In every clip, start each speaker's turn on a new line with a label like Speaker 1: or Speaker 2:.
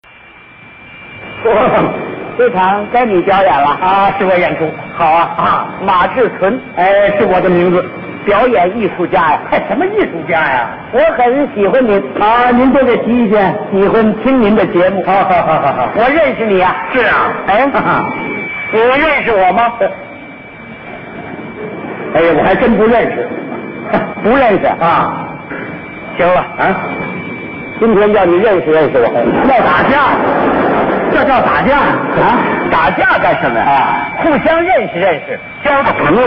Speaker 1: 这场该你表演了
Speaker 2: 啊，是我演出。
Speaker 1: 好啊啊！马志存，
Speaker 2: 哎，是我的名字。
Speaker 1: 表演艺术家呀、
Speaker 2: 嗨、什么艺术家呀？
Speaker 1: 我很喜欢您，
Speaker 2: 啊，您多给提意见。
Speaker 1: 喜欢听您的节目。
Speaker 2: 好好好好好。
Speaker 1: 我认识你啊，
Speaker 2: 是啊。
Speaker 1: 哎，你认识我 吗？
Speaker 2: 哎呀，我还真不认 识。
Speaker 1: 不认识。
Speaker 2: 啊
Speaker 1: 行了，
Speaker 2: 啊，
Speaker 1: 今天要你认识认识我。
Speaker 2: 要打架，这叫打架啊？
Speaker 1: 打架干什么呀？
Speaker 2: 啊，
Speaker 1: 互相认识认识，交个朋友。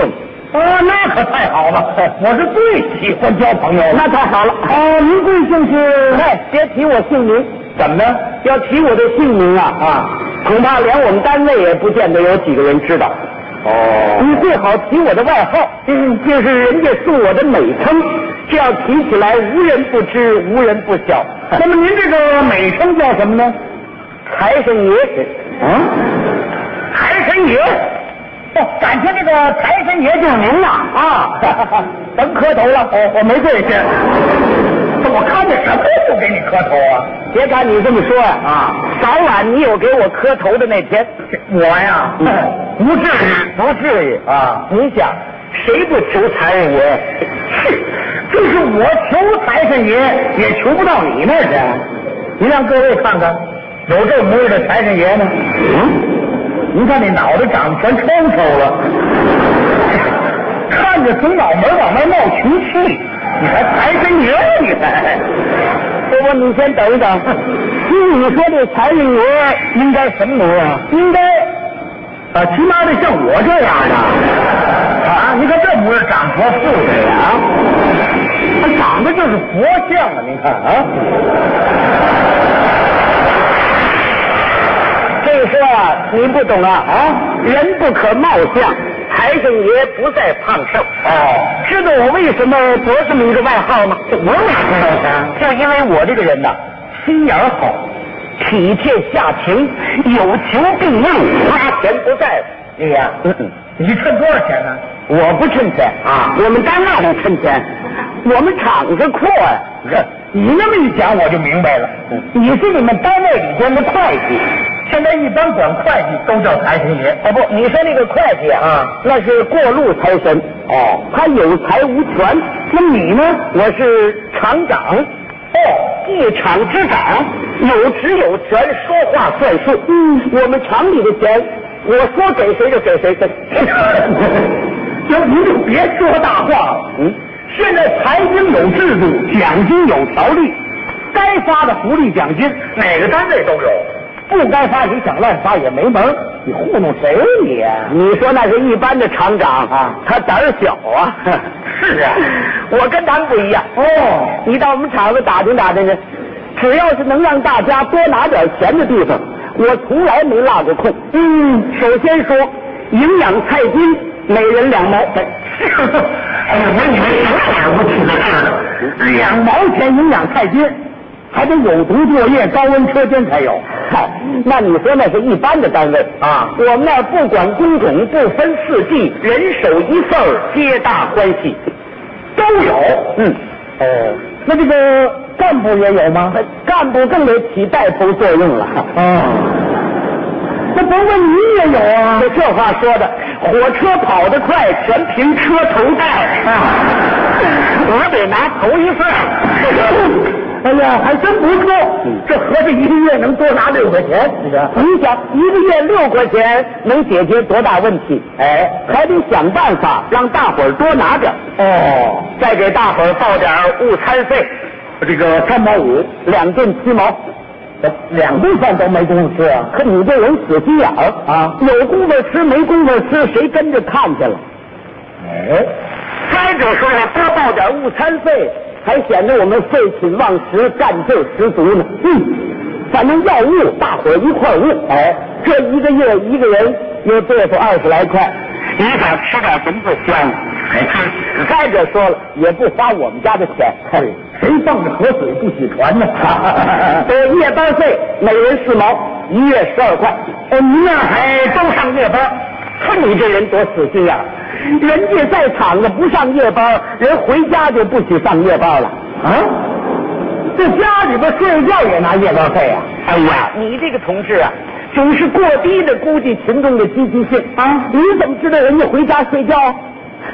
Speaker 2: 啊，那可太 好了！我是最喜欢交朋友了。
Speaker 1: 那太好了。
Speaker 2: 啊，您贵姓是？
Speaker 1: 哎，别提我姓名，
Speaker 2: 怎么呢？
Speaker 1: 要提我的姓名啊，
Speaker 2: 啊，
Speaker 1: 恐怕连我们单位也不见得有几个人知道。你
Speaker 2: 哦，
Speaker 1: 最好提我的外号，嗯，就是人家送我的美称，这样提起来无人不知，无人不 晓。
Speaker 2: 那么您这个美称叫什么呢？
Speaker 1: 财神爷，
Speaker 2: 啊，财神爷。哦，感情这个财神爷就是您呐啊！
Speaker 1: 甭磕头了，
Speaker 2: 哦，我没对去。我看见什么就给你磕头啊？
Speaker 1: 别看你这么说呀、
Speaker 2: 啊，
Speaker 1: 早晚你有给我磕头的那天。嗯
Speaker 2: 我呀，不至于，
Speaker 1: 不至于
Speaker 2: 啊
Speaker 1: 你想，谁不求财神爷？
Speaker 2: 是，就是我求财神爷也求不到你那儿去。啊你让各位看看，有这模样的财神爷吗？嗯，您看那脑袋长得全抽抽了，看着从脑门往外冒穷气，你还财神爷呢？你还？
Speaker 1: 不不，你先等一等。听你说这财神爷
Speaker 2: 应该什么模样？
Speaker 1: 应该
Speaker 2: 啊，起码得像我这样的。啊，你看这模样长多富裕啊！他长得就是佛像啊！您看啊，
Speaker 1: 这说啊，你不懂啊啊！人不可貌相，财神爷不在胖瘦。
Speaker 2: 哦，
Speaker 1: 知道我为什么得这么一个外号吗？
Speaker 2: 我哪知道啊他？
Speaker 1: 就因为我这个人呐，
Speaker 2: 心眼儿好，
Speaker 1: 体贴下情，有求必应，花钱不在乎。
Speaker 2: 你呀、
Speaker 1: 嗯嗯，
Speaker 2: 你趁多少钱呢？
Speaker 1: 我不趁钱
Speaker 2: 啊
Speaker 1: 我们单位里趁钱，我们厂子阔呀、
Speaker 2: 这你那么一讲我就明白了。
Speaker 1: 你是你们单位里边的会计，
Speaker 2: 现在一般管会计都叫财神爷。
Speaker 1: 哦不，你说那个会计啊，
Speaker 2: 啊
Speaker 1: 那是过路财神，
Speaker 2: 哦
Speaker 1: 他有财无权。那你呢？我是厂长。
Speaker 2: 哦，
Speaker 1: 一厂之长，有职有权，说话算数。嗯，我们厂里的钱，我说给谁就给 谁。
Speaker 2: 行，您就别说大话了。
Speaker 1: 嗯，
Speaker 2: 现在财经有制度，奖金有条例，该发的福利奖金哪个单位都有，不该发你想乱发也没门儿。你糊弄谁呀你？
Speaker 1: 你说那是一般的厂长
Speaker 2: 啊
Speaker 1: 他胆儿小啊。
Speaker 2: 是啊
Speaker 1: 我跟他们不一样。
Speaker 2: 哦，
Speaker 1: 你到我们厂子打听打听去，只要是能让大家多拿点钱的地方，我从来没落过空。嗯，首先说营养菜金，每人两毛。
Speaker 2: 哎呀，我以为什么了不起的事呢？两毛钱营养菜金，还得有毒作业、高温车间才有。
Speaker 1: 嗨，那你说那是一般的单位
Speaker 2: 啊
Speaker 1: 我们那儿不管工种，不分四季，人手一份儿，皆大欢喜。
Speaker 2: 都有。
Speaker 1: 嗯，
Speaker 2: 哦，那这个干部也有吗？
Speaker 1: 干部更得起带头作用了。
Speaker 2: 哦，那甭问你也有啊
Speaker 1: 这这话说的，火车跑得快，全凭车头带。
Speaker 2: 啊
Speaker 1: 我得拿头一份儿。嗯
Speaker 2: 哎呀，还真不错，这合着一个月能多拿六块钱，你看。
Speaker 1: 你想，一个月六块钱能解决多大问题？
Speaker 2: 哎，
Speaker 1: 还得想办法让大伙儿多拿点儿，
Speaker 2: 哦，
Speaker 1: 再给大伙儿报点儿午餐费，
Speaker 2: 这个三毛五，呃
Speaker 1: 两顿鸡毛。
Speaker 2: 两顿饭都没工夫吃啊。
Speaker 1: 可你这人死心眼儿
Speaker 2: 啊
Speaker 1: 有功夫吃没功夫吃，谁跟着看去了？
Speaker 2: 哎，
Speaker 1: 再者说了，多报点午餐费，还显得我们废寝忘食、干劲儿十足呢。嗯，反正要物大伙儿一块儿物。哎，这一个月一个人又对付二十来块，你想吃点什么不香？
Speaker 2: 哎
Speaker 1: 再者说了，也不花我们家的钱。
Speaker 2: 谁放着河水不洗船 呢？
Speaker 1: 呃，夜班费每人四毛，一月十二块。
Speaker 2: 哦，您那还都上夜班？
Speaker 1: 看你这人多死心
Speaker 2: 啊
Speaker 1: 眼儿，人家在厂子不上夜班，人回家就不许上夜班了。
Speaker 2: 啊？这家里边睡觉也拿夜班费啊？
Speaker 1: 哎呀，你这个同志啊，总是过低的估计群众的积极性
Speaker 2: 啊
Speaker 1: 你怎么知道人家回家睡觉啊？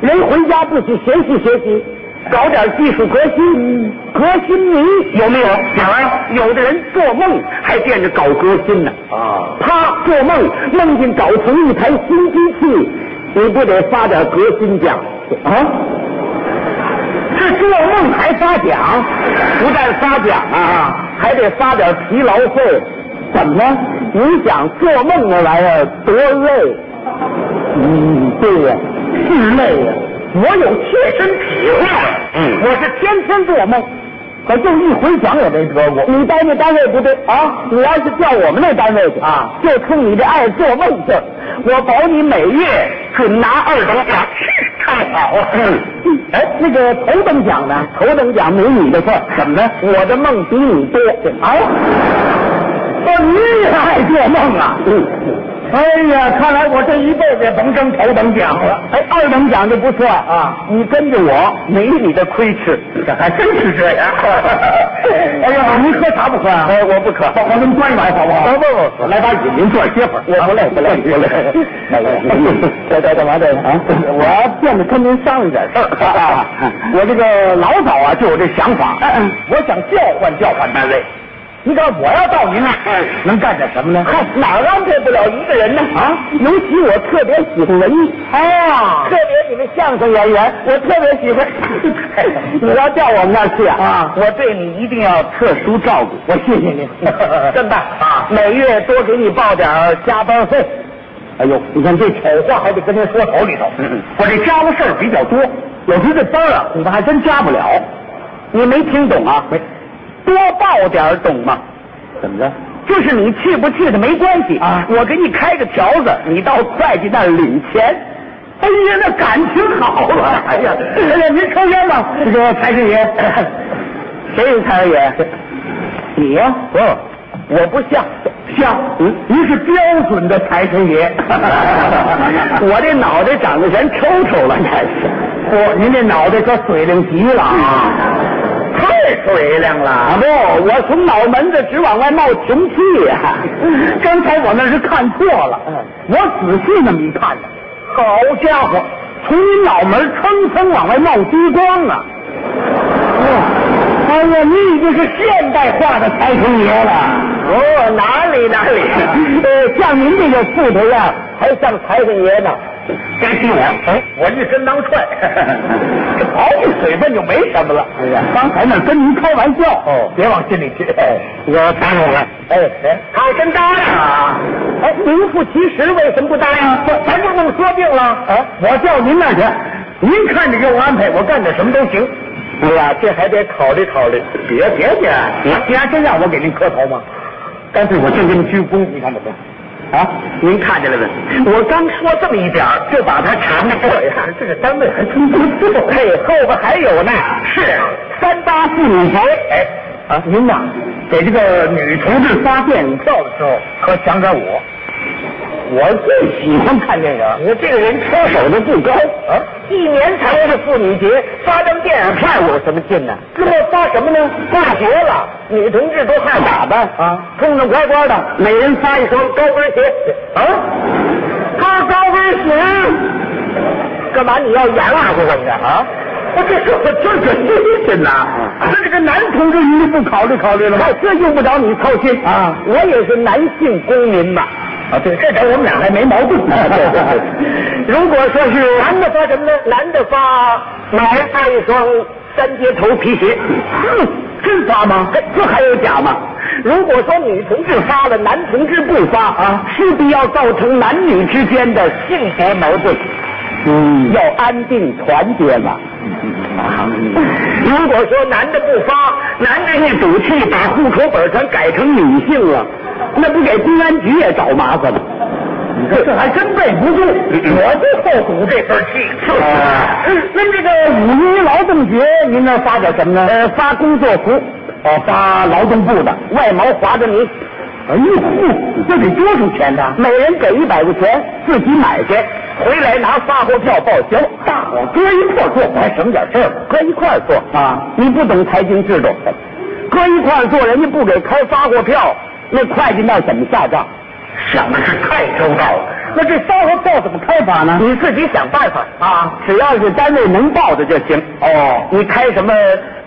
Speaker 1: 人回家不许学习学习，搞点技术革新，革新迷嗯有没有？
Speaker 2: 有啊
Speaker 1: 有的人做梦还惦着搞革新呢。
Speaker 2: 啊，
Speaker 1: 他做梦梦见搞成一台新机器，你不得发点革新奖啊？这做梦还发奖，不但发奖啊，还得发点疲劳费。怎么？你想做梦那玩意儿多累？嗯，对呀、是累呀、我有切身体会，啊
Speaker 2: 嗯
Speaker 1: 我是天天做梦。可就一回想也没得过。你待那单位不对啊！你要是调我们那单位去
Speaker 2: 啊，
Speaker 1: 就冲你这爱做梦劲儿，我保你每月准拿二等奖。
Speaker 2: 太好了
Speaker 1: 嗯哎，那个头等奖呢？头等奖没你的份儿，
Speaker 2: 怎么呢
Speaker 1: 我的梦比你多。哎，
Speaker 2: 哦，你也爱做梦啊？
Speaker 1: 嗯，
Speaker 2: 哎呀，看来我这一辈子也甭争头等奖了。
Speaker 1: 哎，二等奖就不错
Speaker 2: 啊
Speaker 1: 你跟着我，没你的亏吃。
Speaker 2: 这还真是这 样。哎呀，您喝茶不喝啊？
Speaker 1: 哎，我不可。
Speaker 2: 我给您端一碗好不好？
Speaker 1: 不不
Speaker 2: 来把雨您坐歇会儿。啊
Speaker 1: 我不累，不累， 不累。
Speaker 2: 哎
Speaker 1: 嗯这这干嘛这啊？我要惦着跟您商量点事
Speaker 2: 啊
Speaker 1: 儿。
Speaker 2: 我这个老早啊就有这想法
Speaker 1: 嗯嗯，
Speaker 2: 我想调换调换单位。你看我要到您那儿，能干点什么呢？
Speaker 1: 哎嗨，哪儿安排不了一个人呢？
Speaker 2: 啊
Speaker 1: 尤其我特别喜欢文艺，
Speaker 2: 啊
Speaker 1: 特别你们相声演员，我特别 喜欢。你要调我们那儿去
Speaker 2: 啊
Speaker 1: 我对你一定要特殊照顾。
Speaker 2: 我谢谢您
Speaker 1: 真的
Speaker 2: 啊
Speaker 1: 每月多给你报点儿加班费。
Speaker 2: 哎呦，你看这丑话还得跟他说头里头。
Speaker 1: 嗯
Speaker 2: 我这家务事儿比较多，有时这班儿啊恐怕还真加不了。
Speaker 1: 你没听懂啊？
Speaker 2: 没，
Speaker 1: 多报点儿懂吗？
Speaker 2: 怎么着？
Speaker 1: 就是你去不去的没关系
Speaker 2: 啊
Speaker 1: 我给你开个条子，你到会计那儿领钱。哎呀，那感情好啊！
Speaker 2: 哎呀
Speaker 1: 哎呀，您抽烟吗？
Speaker 2: 这个财神爷，
Speaker 1: 谁是财神爷？ 你呀、
Speaker 2: 哦，
Speaker 1: 我不像，
Speaker 2: 像嗯您是标准的财神 爷。
Speaker 1: 我这脑袋长得全抽抽了，开始。
Speaker 2: 嚯，您这脑袋可水灵极了啊！ 太水灵
Speaker 1: 啊
Speaker 2: 了
Speaker 1: 不，我从脑门子直往外冒穷气呀、
Speaker 2: 刚才我那是看错了，我仔细那么一看呢，好家伙，从你脑门蹭蹭往外冒金光啊！哎呀，你已经是现代化的财神爷了。
Speaker 1: 哦，哪里哪里， 呃，像您这个副头
Speaker 2: 啊
Speaker 1: 样，还像财神爷呢。
Speaker 2: 该听我， 哎，我一身当踹，这 毫不水分就没什么了。
Speaker 1: 哎呀
Speaker 2: 刚才那跟您开玩笑，
Speaker 1: 哦
Speaker 2: 别往心里去。
Speaker 1: 我打扰了。
Speaker 2: 哎哎，
Speaker 1: 他还真答应啊！哎，名副其实，为什么不答
Speaker 2: 啊
Speaker 1: 应？不，咱就这么说定了。啊，
Speaker 2: 我到您那儿去，您看着给我安排，我干点什么都行。
Speaker 1: 哎呀，这还得考虑考虑。嗯
Speaker 2: 别别别，您还真让我给您磕头吗？干脆我就给您鞠躬，你看怎么样？啊，
Speaker 1: 您看见了没？我刚说这么一点儿就把他缠了过来。
Speaker 2: 哎这个单位还真不错。
Speaker 1: 嘿，后边还有呢。
Speaker 2: 是啊
Speaker 1: 三八妇女节。
Speaker 2: 哎，啊，您呐，给这个女同志发电影票的时候，可想点我。我最喜欢看电影。
Speaker 1: 我这个人操守的不高
Speaker 2: 啊，
Speaker 1: 一年才是妇女节，发张电影票有什么劲呢？那么发什么呢？大学了，女同志都好打扮
Speaker 2: 啊
Speaker 1: 痛痛快快的，每人发一双高跟鞋啊，发高跟鞋，干嘛你要演蜡烛怎么着啊？
Speaker 2: 我这是我这个精神呐、那这个男同志您就不考虑考虑了吗
Speaker 1: 那？这用不着你操心
Speaker 2: 啊
Speaker 1: 我也是男性公民嘛。
Speaker 2: 啊，对，这点我们俩还没矛盾 呢。
Speaker 1: 对对对，如果说是男的发什么呢？男的发买发一双三接头皮鞋，
Speaker 2: 嗯，真发吗？
Speaker 1: 哎这还有假吗？如果说女同志发了，男同志不发
Speaker 2: 啊
Speaker 1: 势必要造成男女之间的性别矛盾，
Speaker 2: 嗯
Speaker 1: 要安定团结嘛。如果说男的不发，男的一赌气把户口本全改成女性了，那不给公安局也找麻烦吗？嗯
Speaker 2: 这这还真背不住，我就后赌这份气。
Speaker 1: 啊
Speaker 2: 呃那么这个五一劳动节，您那儿发点什么呢？
Speaker 1: 呃，发工作服，
Speaker 2: 哦，发劳动部的。
Speaker 1: 外毛划着你，
Speaker 2: 哎呦，这得多少钱呢？
Speaker 1: 每人给一百块钱，自己买去，回来拿发货票报销。
Speaker 2: 大伙搁一块儿做，还省点事儿吧。
Speaker 1: 搁一块儿做
Speaker 2: 啊
Speaker 1: 你不懂财经制度，搁一块儿做，人家不给开发货票，那会计那儿怎么下账？
Speaker 2: 想的是太周到了。
Speaker 1: 那这烧和报怎么开法呢？
Speaker 2: 你自己想办法啊！
Speaker 1: 只要是单位能报的就行。
Speaker 2: 哦，
Speaker 1: 你开什么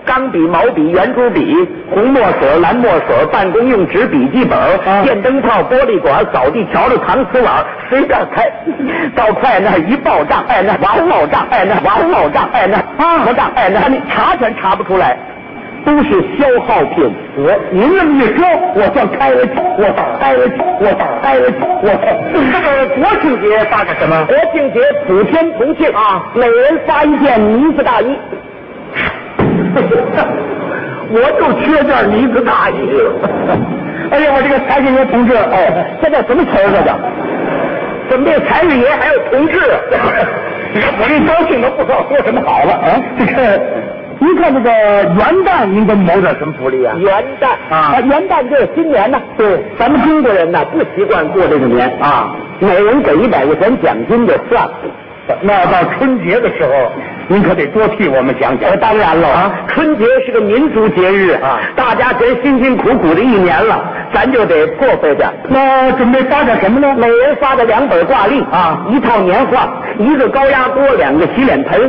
Speaker 1: 钢笔、毛笔、圆珠笔、红墨水、蓝墨水、办公用纸笔记本、
Speaker 2: 啊
Speaker 1: 电灯泡、玻璃管、扫地笤帚、搪瓷碗，随便 开。到快那儿一报账，哎那完老账，哎那完老账，哎那
Speaker 2: 啊
Speaker 1: 什么账，哎那你查全查不出来，都是消耗品。
Speaker 2: 我您这么一说，我算开了窍，我算开了窍，我算开了窍，我算。这个国庆节发个什么？
Speaker 1: 国庆节普天同庆
Speaker 2: 啊
Speaker 1: 每人发一件呢子大衣。
Speaker 2: 我就缺件呢子大衣了。 哎呀，我这个财神爷同志哦，
Speaker 1: 这叫什么词儿？这叫？
Speaker 2: 怎么这财神爷还有同志？你
Speaker 1: 啊
Speaker 2: 看 我这高兴都不知道说什么好了啊！这个，您看这个元旦，您给谋点什么福利啊？
Speaker 1: 元旦
Speaker 2: 啊
Speaker 1: 元旦就是新年呢。
Speaker 2: 对
Speaker 1: 咱们中国人呢不习惯过这个年，
Speaker 2: 啊，
Speaker 1: 每人给一百块钱奖金就算了。
Speaker 2: 那到春节的时候，您可得多替我们想
Speaker 1: 呃，
Speaker 2: 想。
Speaker 1: 当然了，
Speaker 2: 啊
Speaker 1: 春节是个民族节日
Speaker 2: 啊
Speaker 1: 大家真辛辛苦苦的一年了，咱就得破费点。
Speaker 2: 那准备发展什么呢？
Speaker 1: 每人发的两本挂历
Speaker 2: 啊
Speaker 1: 一套年画，一个高压锅，两个洗脸盆，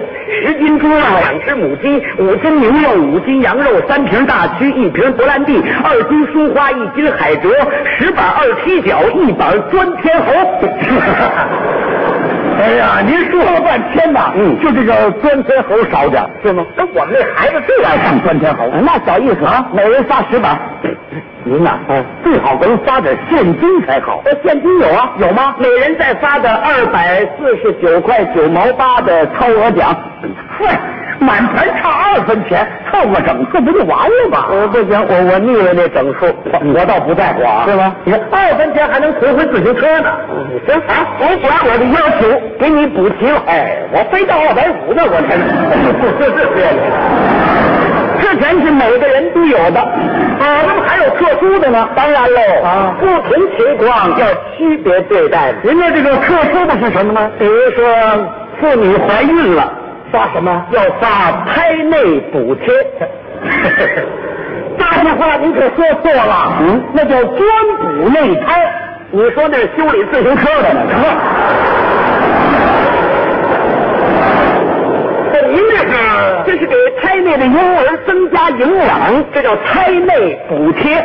Speaker 1: 十斤猪肉，两只母鸡，五斤牛肉，五斤羊肉，三瓶大曲，一瓶勃兰地，二斤苏花，一斤海蜇，十板二踢脚，一板钻天猴。
Speaker 2: 哎呀，您说了半天呐，
Speaker 1: 嗯
Speaker 2: 就这个钻天猴少点儿，
Speaker 1: 是吗
Speaker 2: 那我们这孩子最爱看钻天猴。
Speaker 1: 哎那小意思啊，每人发十板。您呐，
Speaker 2: 嗯
Speaker 1: 最好给我发点现金才好。那现金有啊，有吗？每人再发的二百四十九块九毛八的超额奖。
Speaker 2: 哼，满盘差二分钱，凑个整数不就完了吗？嗯
Speaker 1: 我呃不行，我我腻歪那整数，
Speaker 2: 我我倒不在乎啊，
Speaker 1: 是吗
Speaker 2: 你看二分钱还能涂回自行车呢。
Speaker 1: 行啊，符合我的要求，给你补齐了。哎，我非到二百五呢，我才 能。这钱是每个人都有的，啊，那么还有特殊的呢？当然喽，
Speaker 2: 啊
Speaker 1: 不同情况要区别对待。
Speaker 2: 人家这个特殊的是什么呢？
Speaker 1: 比如说，妇女怀孕了，
Speaker 2: 发什么？
Speaker 1: 要发胎内补贴。
Speaker 2: 大实话你可说错了，
Speaker 1: 嗯
Speaker 2: 那叫专补内胎。
Speaker 1: 你说那是修理自行车的呢？ 这您这是哎这是给胎内的婴儿增加营养，这叫胎内补贴。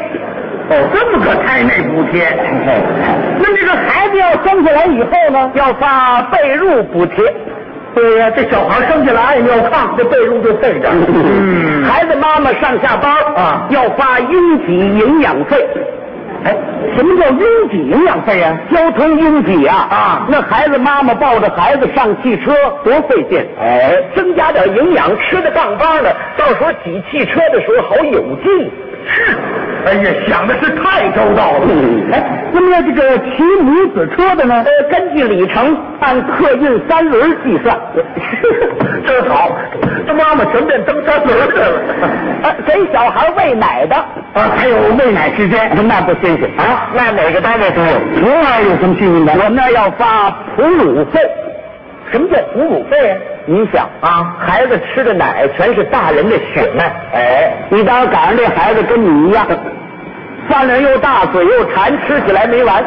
Speaker 2: 哦，这么个胎内补贴，
Speaker 1: 那这个孩子要生下来以后呢，要发被褥补贴。
Speaker 2: 对呀、这小孩生下来爱尿炕，这被褥就备着。
Speaker 1: 孩子妈妈上下班
Speaker 2: 啊
Speaker 1: 要发应急营养费。
Speaker 2: 哎，
Speaker 1: 什么叫应急营养费啊？交通应急啊！
Speaker 2: 啊
Speaker 1: 那孩子妈妈抱着孩子上汽车多费劲，
Speaker 2: 哎，
Speaker 1: 增加点营养，吃的杠棒的，到时候挤汽车的时候好有劲。
Speaker 2: 是，哎呀，想的是太周到了。
Speaker 1: 嗯
Speaker 2: 哎，那么要这个骑母子车的呢？
Speaker 1: 呃，根据里程按客运三轮计 算，
Speaker 2: 真好，这妈妈全变蹬三轮去了。
Speaker 1: 啊，给小孩喂奶的，嗯
Speaker 2: 啊，还有喂奶时间，
Speaker 1: 那不新鲜
Speaker 2: 啊
Speaker 1: 那每个单位都有。
Speaker 2: 另外有什么新闻
Speaker 1: 我们那儿要发哺乳费，什么叫哺乳费啊？你想
Speaker 2: 啊
Speaker 1: 孩子吃的奶全是大人的血 脉，
Speaker 2: 哎，
Speaker 1: 你当然赶上这孩子跟你一样，饭量又大，嘴又馋，吃起来没完。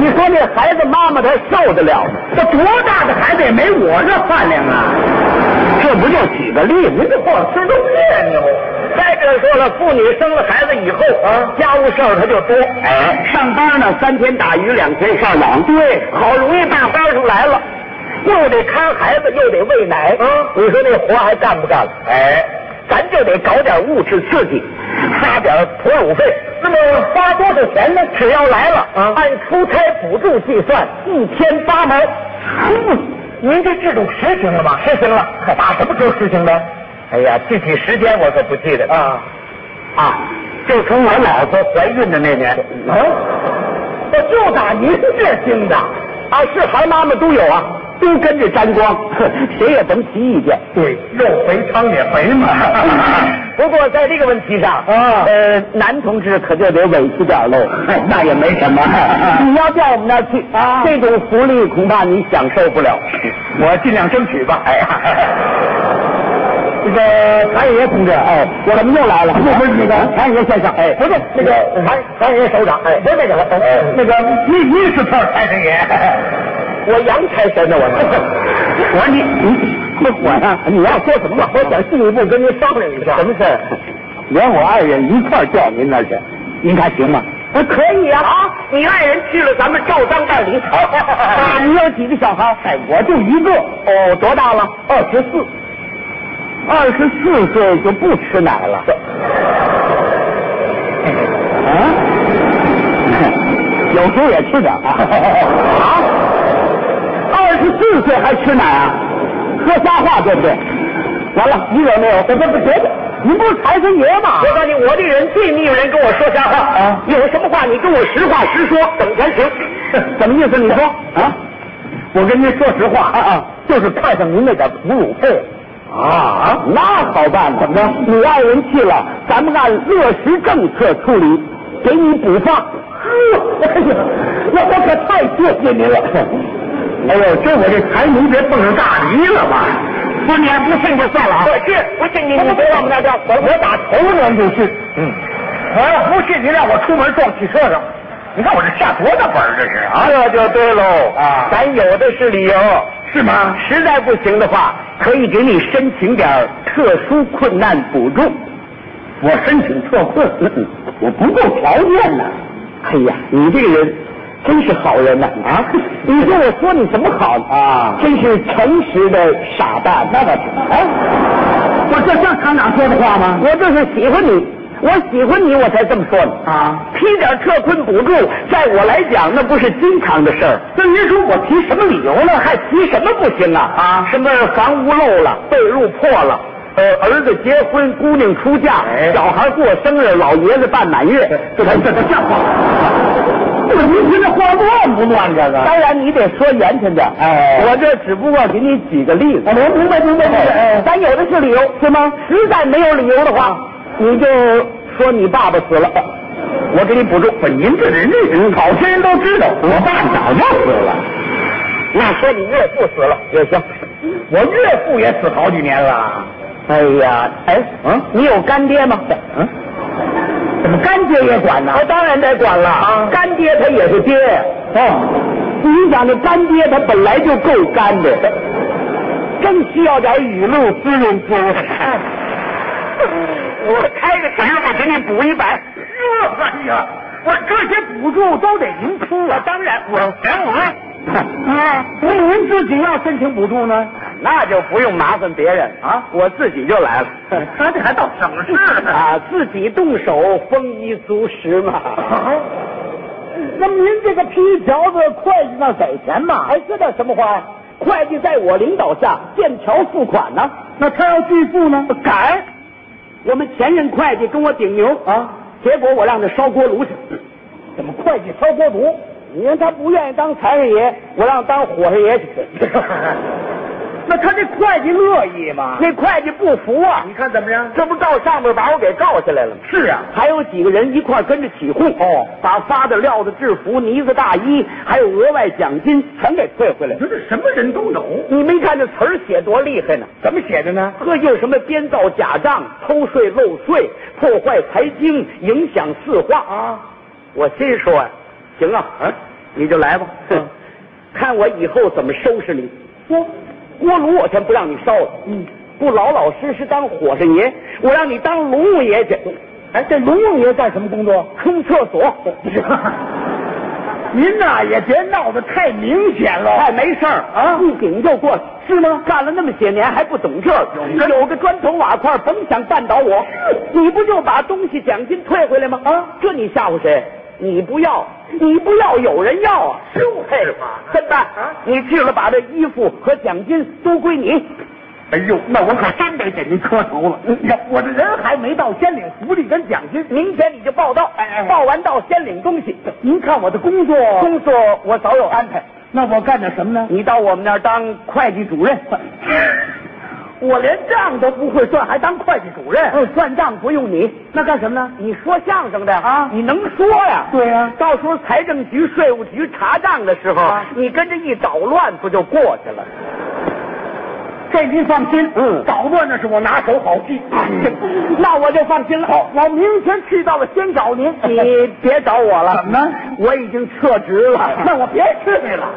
Speaker 1: 你说这孩子妈妈她受得了吗？
Speaker 2: 这多大的孩子也没我这饭量啊！
Speaker 1: 这不就举个例子？
Speaker 2: 这光吃都别扭。
Speaker 1: 再者说了，妇女生了孩子以后，
Speaker 2: 啊
Speaker 1: 家务事儿她就多。
Speaker 2: 哎
Speaker 1: 上班呢，三天打鱼两天晒网。对，好容易大班上来了，又得看孩子，又得喂奶。
Speaker 2: 嗯
Speaker 1: 你说那活还干不干了？
Speaker 2: 哎，
Speaker 1: 咱就得搞点物质刺激，发点哺乳费。那么花多少钱呢？只要来了，
Speaker 2: 啊
Speaker 1: 按出差补助计算，一天八毛。
Speaker 2: 您这制度实行了吗？
Speaker 1: 实行了
Speaker 2: 打什么时候实行的？
Speaker 1: 哎呀，具体时间我可不记得了
Speaker 2: 啊，
Speaker 1: 啊，就从我老婆怀孕的那年。
Speaker 2: 啊，我就打您这听的。
Speaker 1: 啊，是孩妈妈都有啊，都跟着沾光， 哼谁也甭提意见。
Speaker 2: 对，肉肥汤也肥 嘛。
Speaker 1: 不过在这个问题上，
Speaker 2: 啊
Speaker 1: 呃，男同志可就得委屈 点喽。
Speaker 2: 哦那也没 什么
Speaker 1: 你要到我们那儿去
Speaker 2: 啊
Speaker 1: 这种福利恐怕你享受不了。
Speaker 2: 我尽量争取吧。哎呀，那个谭爷同志，哎，我怎么又来了？不是那个谭爷先生，哎，不是那个谭谭爷首长，哎，不是那个，哎，那个你你是特财神爷，
Speaker 1: 我杨财神呢，我
Speaker 2: 我说你你
Speaker 1: 我呀，你要说什么话，我想进一步跟您商量一下。什么事儿？连我爱人一块儿调您那儿去，您看行吗？那可以啊！啊，你爱人去了，咱们照章办理。 啊，你有几个小孩？哎，我就一个。哦，多大了？二十四。二十四岁就不吃奶了。啊？ 有时候也吃点啊。 啊？二十四岁还吃奶啊？说瞎话对不对？完了，你有没有？不不不，别的，您不是财神爷吗？我告诉你，我这人最腻人跟我说瞎话啊！有什么话你跟我实话实说，怎么才行？ 什么意思？你 说啊？我跟您说实话啊，就是看上您那点哺乳费啊，那好办怎么着？你爱人去了，咱们按落实政策处理，给你补发。哎呦，那我可太谢谢您了。
Speaker 2: 哎呦，这我这财迷别蹦上大驴了吧？
Speaker 1: 不是你还不信就算了啊！
Speaker 2: 是
Speaker 1: 不信你
Speaker 2: 他
Speaker 1: 你
Speaker 2: 们
Speaker 1: 别往我们那边，我我打头
Speaker 2: 头年就信。嗯，我要
Speaker 1: 啊
Speaker 2: 不信，你让我出门撞汽车上，你看我这下多大本儿这是啊？
Speaker 1: 这哎就对喽
Speaker 2: 啊
Speaker 1: 咱有的是理由，啊
Speaker 2: 是吗？
Speaker 1: 实在不行的话，可以给你申请点儿特殊困难补助。
Speaker 2: 我申请特困，
Speaker 1: 嗯，我不够条件呢。哎呀，你这个人真是好人呐！啊，你说我说你什么好呢
Speaker 2: 啊
Speaker 1: 真是诚实的傻蛋。那倒是啊，
Speaker 2: 哎我这像厂长说的话吗？
Speaker 1: 我就是喜欢你，我喜欢你，我才这么说呢。
Speaker 2: 啊，
Speaker 1: 批点特困补助，在我来讲，那不是经常的事儿。
Speaker 2: 那您说我提什么理由呢？
Speaker 1: 还提什么不行啊？
Speaker 2: 啊
Speaker 1: 什么房屋漏了，被褥破了。呃，儿子结婚，姑娘出嫁，
Speaker 2: 哎
Speaker 1: 小孩过生日，老爷子办满月，这才这才像话。
Speaker 2: 我您听这话乱不乱？这个，
Speaker 1: 当然，你得说严谨点。
Speaker 2: 哎
Speaker 1: 我这只不过给你举个例子。
Speaker 2: 我哦明白明白明
Speaker 1: 哎，
Speaker 2: 白。
Speaker 1: 咱有的是理由，是吗？实在没有理由的话，你就说你爸爸死了，我给你补助。
Speaker 2: 不是您这人这好些人都知道，我爸早就死了，
Speaker 1: 那说你岳父死了也行。
Speaker 2: 我岳父也死好几年了。
Speaker 1: 哎呀，哎，
Speaker 2: 嗯
Speaker 1: 你有干爹吗？
Speaker 2: 嗯，哦
Speaker 1: 怎么干爹也管呢？我当然得管了，
Speaker 2: 啊
Speaker 1: 干爹他也是爹呀。
Speaker 2: 哦，
Speaker 1: 你想这干爹他本来就够干的，正需要点雨露滋润滋润。 我开个钱我给你补一百。
Speaker 2: 这哎呀，我这些补助都得您
Speaker 1: 嗯
Speaker 2: 出啊。当然，我全我。 啊，那您自己要申请补助呢？
Speaker 1: 那就不用麻烦别人
Speaker 2: 啊
Speaker 1: 我自己就 来了。
Speaker 2: 那这还倒省事 呢。
Speaker 1: 啊，自己动手，丰衣足食嘛。啊
Speaker 2: 那么您这个批条子，会计那给钱吗？
Speaker 1: 哎，这叫什么话呀？会计在我领导下剑桥付款呢、
Speaker 2: 那他要拒付呢？
Speaker 1: 敢！我们前任会计跟我顶牛
Speaker 2: 啊，
Speaker 1: 结果我让他烧锅炉去。
Speaker 2: 怎么会计烧锅炉？
Speaker 1: 你看他不愿意当财神爷，我让他当火神爷去。
Speaker 2: 那他这会计乐意 吗
Speaker 1: 那会计不服啊，
Speaker 2: 你看怎么样？
Speaker 1: 这不到上边把我给告下来了吗？
Speaker 2: 是啊，
Speaker 1: 还有几个人一块儿跟着起哄，哦，把发的、料的、制服、呢子、大衣，还有额外奖金全给退回来了。
Speaker 2: 说这什么人都有。
Speaker 1: 你没看这词儿写多厉害呢？
Speaker 2: 怎么写的呢？
Speaker 1: 这就是什么编造假账、偷税漏税、破坏财经、影响四化
Speaker 2: 啊！
Speaker 1: 我心说呀，行啊，
Speaker 2: 嗯
Speaker 1: 你就来吧，哼， 看我以后怎么收拾你。说，锅炉我先不让你烧了，
Speaker 2: 哦嗯，
Speaker 1: 不老老实实当火神爷，我让你当龙王爷去，
Speaker 2: 哎，这龙王爷干什么工 作？
Speaker 1: 空厕所。
Speaker 2: 您呐也别闹得太明显了。
Speaker 1: 哎，没事儿
Speaker 2: 啊
Speaker 1: 一顶就过去，是吗？干了那么些年还不懂这
Speaker 2: 有
Speaker 1: 个，有个砖头瓦块，甭想绊倒 我。你不就把东西奖金退回来吗？
Speaker 2: 啊，嗯
Speaker 1: 这你吓唬谁？你不要，你不要，有人要啊！
Speaker 2: 就是嘛
Speaker 1: 笨蛋
Speaker 2: 啊，
Speaker 1: 你去了，把这衣服和奖金都归你。
Speaker 2: 哎呦，那我可真得给您磕头了。你看嗯我这人还没到先领福利跟奖金，
Speaker 1: 明天你就报到，
Speaker 2: 哎哎哎
Speaker 1: 报完到先领东西。
Speaker 2: 您看我的工作，
Speaker 1: 工作我早有安排，
Speaker 2: 那我干点什么呢？
Speaker 1: 你到我们那儿当会计主任。
Speaker 2: 我连账都不会算，还当会计主任
Speaker 1: 嗯，算账不用你，
Speaker 2: 那干什么呢？
Speaker 1: 你说相声的
Speaker 2: 啊
Speaker 1: 你能说呀？
Speaker 2: 对呀
Speaker 1: 到时候财政局、税务局查账的时候，
Speaker 2: 啊
Speaker 1: 你跟着一捣乱，不就过去了？
Speaker 2: 这您放心，
Speaker 1: 嗯
Speaker 2: 早段那是我拿手好戏。
Speaker 1: 那我就放心了。好，我明天去到了先找您，你别找我了。
Speaker 2: 怎么呢？
Speaker 1: 我已经撤职了。
Speaker 2: 那我别去了。